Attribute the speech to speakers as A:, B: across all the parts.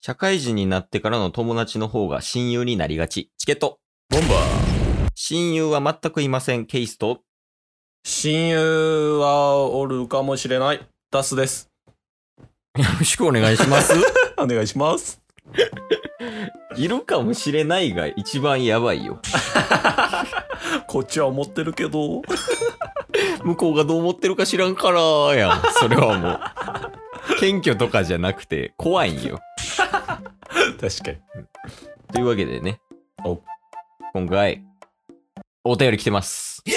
A: 社会人になってからの友達の方が親友になりがち。チケット。
B: ボンバー。
A: 親友は全くいません。ケイスと。
B: 親友はおるかもしれない。ダスです。
A: よろしくお願いします。
B: お願いします。
A: いるかもしれないが一番やばいよ。
B: こっちは思ってるけど。
A: 向こうがどう思ってるか知らんからやん。それはもう。謙虚とかじゃなくて怖いんよ。
B: 確かに。
A: というわけでね。
B: お
A: 今回、お便り来てます。お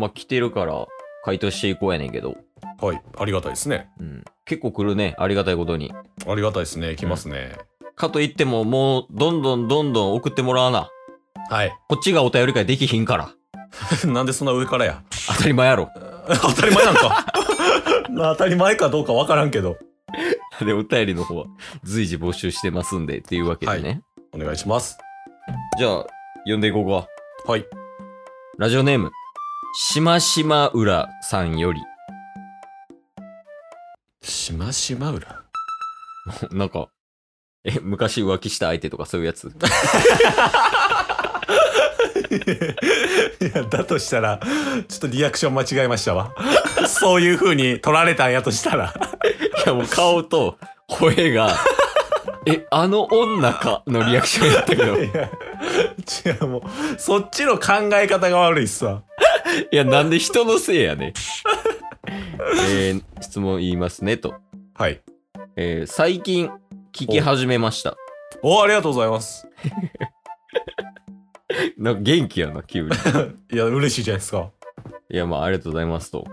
A: まあ来てるから回答していこうやねんけど。
B: おはい。ありがたいですね。
A: うん。結構来るね。ありがたいことに。
B: ありがたいですね。来ますね。
A: かといっても、もう、どんどんどんどん送ってもらわな。
B: はい。
A: こっちがお便り会できひん から。
B: なんでそんな上からや。
A: 当たり前やろ。
B: 当たり前なん か。当たり前かどうかわからんけど。
A: で、お便りの方は随時募集してますんで、っていうわけでね。
B: お願いします。
A: じゃあ、読んでいこうか。
B: はい。
A: ラジオネーム、しましまうらさんより。
B: しましま裏。
A: なんか、え、昔浮気した相手とかそう いうやつ
B: いやだとしたらちょっとリアクション間違えましたわそういう風に取られたんやとしたら
A: いや、もう顔と声が、 え、あの女かのリアクションやったけど。い
B: いや違うもうそっちの考え方が悪いっすわ
A: や、なんで人のせいやねん。 えー質問言いますね、と。
B: はい
A: えー最近、聞き始めました。
B: おありがとうございます
A: なんか元気やな、急に。
B: いや嬉しいじゃないですか
A: いや、まあ、ありがとうございますと。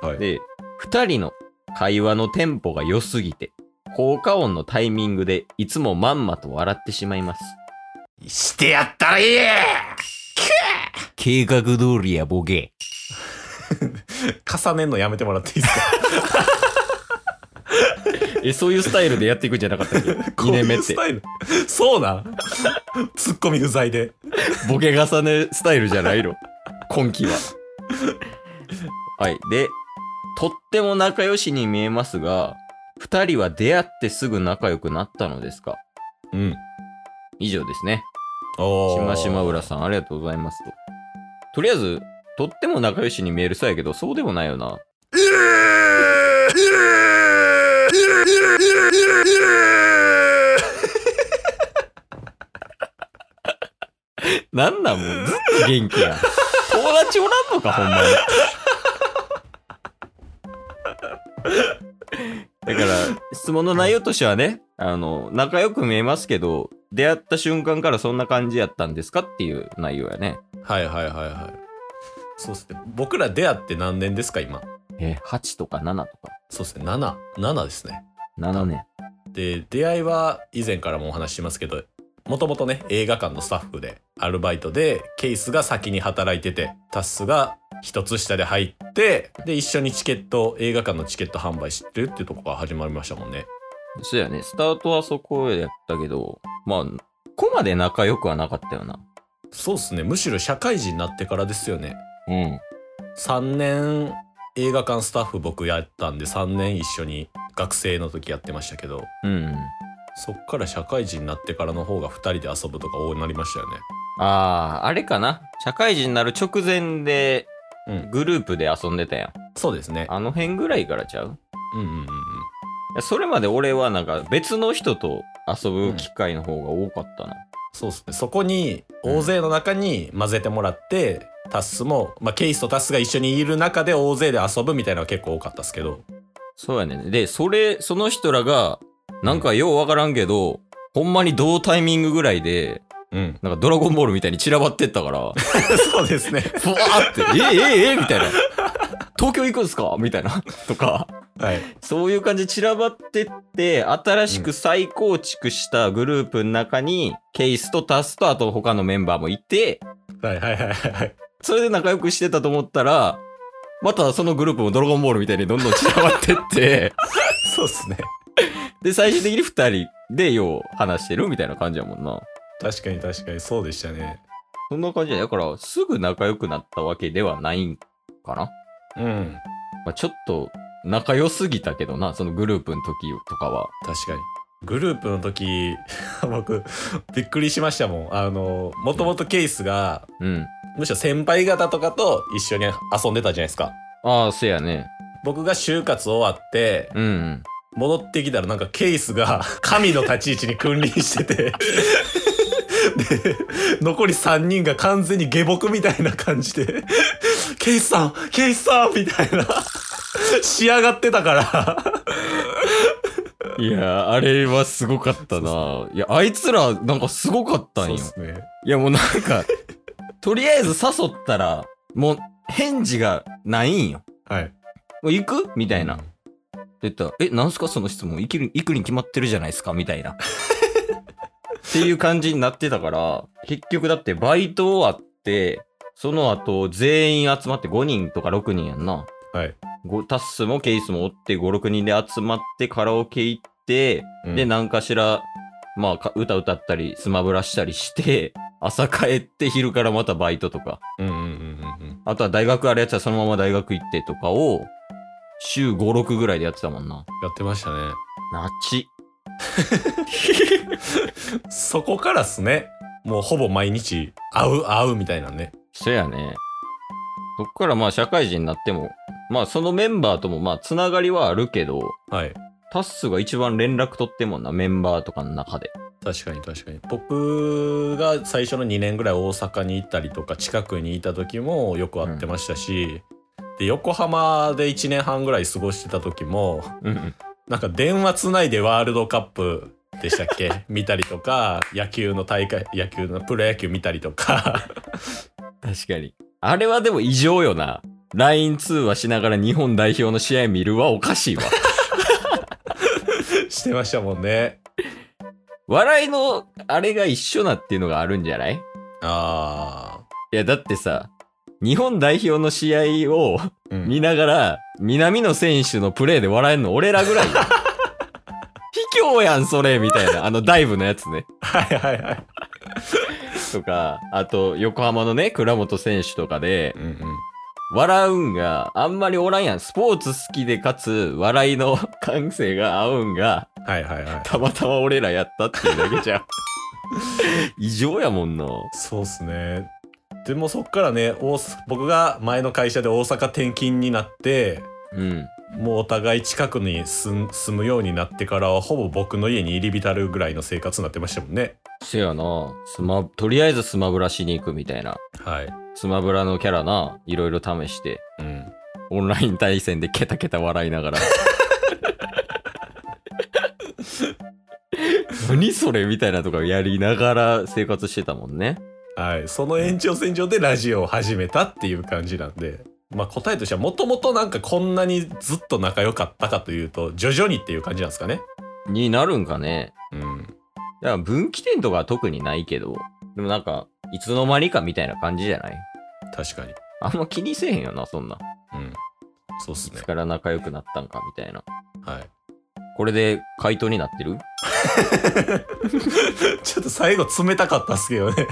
B: はい
A: で、二人の会話のテンポが良すぎて、効果音のタイミングでいつもまんまと笑ってしまいます。
B: してやったらいい
A: 計画通りやボケ。
B: 重ねんのやめてもらっていいですか
A: え、そういうスタイルでやっていくんじゃなかったっけ
B: こ
A: 2
B: う
A: 年目
B: い
A: っ
B: うス
A: て。
B: タイルそうなんツッコミ不在で
A: ボケ重ねスタイルじゃないの。今期は。はい。で、とっても仲良しに見えますが、二人は出会ってすぐ仲良くなったのですか
B: うん
A: 以上ですね。
B: お
A: しましま
B: 裏
A: 浦さん、ありがとうございますと。とりあえず、とっても仲良しに見えるそうやけど、そうでもないよな。なんなんもう、ずっと元気やん。友達おらんのか、ほんまに。だから、質問の内容としてはね、あの、仲良く見えますけど、出会った瞬間からそんな感じやったんですかっていう内容やね。
B: はいはいはいはい。そうっすね。僕ら出会って何年ですか、今。
A: え、8とか7とか、
B: そうっすね。7。7ですね。
A: 7年。
B: で、出会いは以前からもお話ししますけど、もともとね、映画館のスタッフで、アルバイトで、ケイスが先に働いてて、タスが一つ下で入って、で、一緒にチケット、映画館のチケット販売してるっていうとこから始まりましたもんね。
A: そうやね、スタートはそこやったけど、まあ、ここまで仲良くはなかったよな。
B: そうっすね。むしろ社会人になってからですよね。
A: うん。
B: 3年映画館スタッフ僕やったんで3年一緒に学生の時やってましたけど
A: うん、うん。
B: そっから社会人になってからの方が2人で遊ぶとか多くなりましたよね
A: ああ、あれかな。社会人になる直前で
B: うん、
A: グループで遊んでたやん。
B: そうですね
A: あの辺ぐらいからちゃうい
B: うんうんうんうん
A: やそれまで俺はなんか別の人と遊ぶ機会の方が多かったな。
B: そうですねそこに大勢の中に混ぜてもらって、タッスも、まあ、ケイスとタッスが一緒にいる中で大勢で遊ぶみたいなのが結構多かったですけど
A: そうやねん。で、それ、その人らが、なんかようわからんけど、ほんまに同タイミングぐらいで、
B: うん
A: なんかドラゴンボールみたいに散らばってったから、
B: そうですね
A: ふわーって、ええええみたいな。東京行くんすかみたいな。とか、
B: はい
A: そういう感じで散らばってって、新しく再構築したグループの中に、ケイスとタスと、あと他のメンバーもいて、
B: はいはいはいはい
A: それで仲良くしてたと思ったら、またそのグループもドラゴンボールみたいにどんどん散らばってって、
B: そうですね
A: で、最終的に二人でよう話してるみたいな感じやもんな。
B: 確かに確かにそうでしたね
A: そんな感じや。だから、すぐ仲良くなったわけではないんかな。
B: うん
A: まあ、ちょっと仲良すぎたけどな、そのグループの時とかは。
B: 確かに。グループの時、 僕、びっくりしましたもん。あの、もともとケースが、
A: うん。
B: むしろ先輩方とかと一緒に遊んでたじゃないですか。
A: ああ、せやね。
B: 僕が就活終わって、
A: うん、うん。
B: 戻ってきたらなんかケースが 神の立ち位置に君臨しててで残り3人が完全に下僕みたいな感じで「ケイスさんケイスさん!」みたいな仕上がってたから
A: いやー、あれはすごかったな。いや、あいつら、なんかすごかったんよ。
B: そうっすね
A: いや、もうなん か、とりあえず誘ったら、もう返事がないんよ。
B: はい
A: もう行くみ
B: み
A: たいな。で言ったら、え、なんすかその質問。行く行くに決まってるじゃないですかみた いな。っていう感じになってたから、結局だってバイト終わって、その後全員集まって5人とか6人やんな。
B: はい
A: ごタッスもケイスもおって5、6人で集まってカラオケ行って、で、何かしら、まあか、歌歌ったり、スマブラしたりして、 朝帰って昼からまたバイトとか、
B: うんうんうんうん
A: あとは大学あるやつはそのまま大学行ってとかを、週5、6ぐらいでやってたもんな。
B: やってましたね
A: なち。
B: そこからっすねもうほぼ毎日会う会うみたいなね
A: そやね。そっからまあ社会人になっても、まあそのメンバーともまあつながりはあるけど、
B: はい
A: タッスが一番連絡取ってんもんな、メンバーとかの中で。
B: 確かに確かに僕が最初の2年ぐらい大阪に行ったりとか近くにいた時もよく会ってましたし、で横浜で1年半ぐらい過ごしてた時も
A: うん。
B: なんか電話つないでワールドカップでしたっ け見たりとか野球の大会野球のプロ野球見たりとか
A: 確かに。あれはでも異常よな。LINE 通話しながら日本代表の試合見るはおかしいわ。
B: してましたもんね
A: 笑いのあれが一緒なっていうのがあるんじゃない
B: あ
A: いや、だってさ、日本代表の試合を
B: ー、うん
A: 見ながら、南野選手のプレーで笑えるの俺らぐらいよ。 卑怯やん、それみたいな。あのダイブのやつね。
B: はいはいはい
A: とか、あと、横浜のね、倉本選手とかで
B: う、んうん
A: 笑うんがあんまりおらんやん。スポーツ好きで、かつ、笑いの 感性が合うんが、
B: はいはいはい
A: たまたま俺らやったっていうだけじゃん。 異常やもんな。
B: そうっすね。でもそっからね、大阪僕が前の会社で大阪転勤になって、
A: うん。
B: もうお互い近くに住ん住むようになってからは、ほぼ僕の家に入り浸るぐらいの生活になってましたもんね。
A: せやな。スマ、とりあえずスマブラしに行くみたいな。
B: はい。
A: スマブラのキャラな、いろいろ試して、
B: うん。
A: オンライン対戦でケタケタ笑いながら。 何それみたいなとかやりながら生活してたもんね。
B: はい。その延長線上でラジオを始めたっていう感じなんで。まあ答えとしてはもともとなんかこんなにずっと仲良かったかというと徐々にっていう感じなんですかね。
A: になるんかね。
B: うん。
A: だから分岐点とかは特にないけど、でもなんか、いつの間にかみたいな感じじゃない
B: 確かに。
A: あんま気にせえへんよな、そんな。
B: うん。そうっす
A: い
B: ね
A: つ。から仲良くなったんかみたいな。
B: はい。
A: これで回答になってる
B: ちょっと最後冷たかったっすけどね。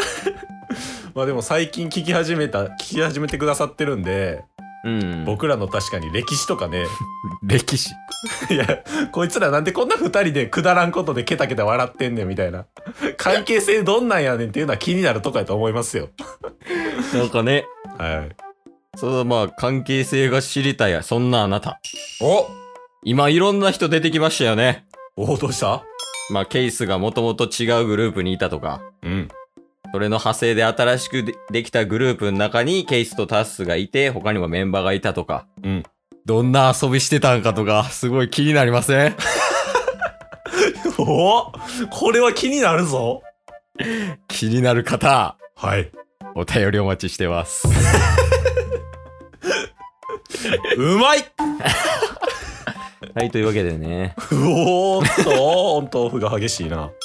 B: まあでも最近聞き始めた、聞き始めてくださってるんで、
A: うん。
B: 僕らの確かに歴史とかね、
A: 歴史。
B: いや、こいつらなんでこんな二人でくだらんことでケタケタ笑ってんねんみたいな。関係性どんなんやねんっていうのは気になるとこやと思いますよ。
A: なんかね、
B: はい。
A: そうだ、まあ、関係性が知りたいや、そんなあなた。
B: お
A: 今、いろんな人出てきましたよね。
B: おどうした
A: まあ、ケースがもともと違うグループにいたとか、
B: うん。
A: それの派生で新しくでできたグループの中にケースとタッスがいて、他にもメンバーがいたとか、
B: うん。
A: どんな遊びしてたんかとか、すごい気になりません
B: おこれは気になるぞ。
A: 気になる方、
B: はい。
A: お便りお待ちしてます。
B: うまい
A: はい、というわけでね、
B: おーっと、オンとオフが激しいな。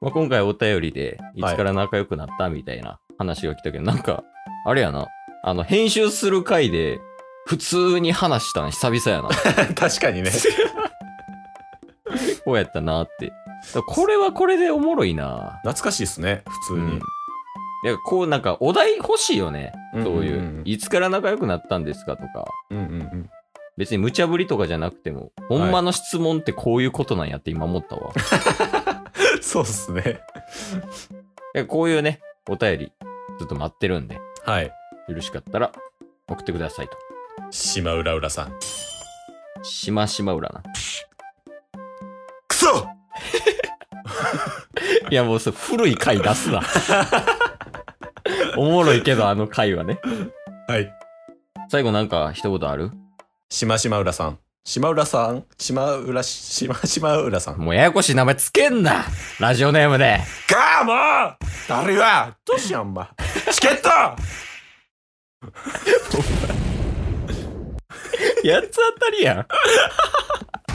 A: まあ、今回お便りで、いつから仲良くなったみたいな話が来たけど、なんか、あれやな、あの、編集する回で、普通に話したの久々やな。
B: 確かにね。
A: こうやったなって。だからこれはこれでおもろいな。
B: 懐かしいですね、普通
A: う
B: に。
A: んいや、こうなんかお題欲しいよね。そういう、
B: うんうんうん
A: いつから仲良くなったんですかとか、
B: うんうんうん。
A: 別に無茶ぶりとかじゃなくても、ほんまの質問ってこういうことなんやって今思った わ。い
B: そうっすね。
A: やこういうね、お便り、ちょっと待ってるんで、
B: はい。
A: よろしかったら送ってくださいと。
B: 島浦浦さん。
A: しましま裏な。
B: くそ
A: いやもうそう、古い回出 すな。おもろいけど、あの回はね。
B: はい。
A: 最後なんか一言ある
B: 島島浦さん。島浦さん。島浦し、島島浦さん。
A: もうややこしい名前つけんなラジオネームで
B: ガーもう誰はどうしやんば。チケット
A: やつ当たりやん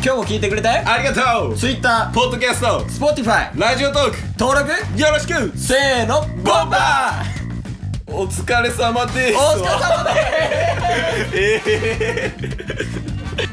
A: 今日も聞いてくれたよ
B: ありがとう
A: Twitter、
B: ポッドキャスト
A: Spotify、
B: ラジオトーク
A: 登録
B: よろしく
A: せーの
B: ボンバーお疲れ様です
A: お疲れ様です
B: ええ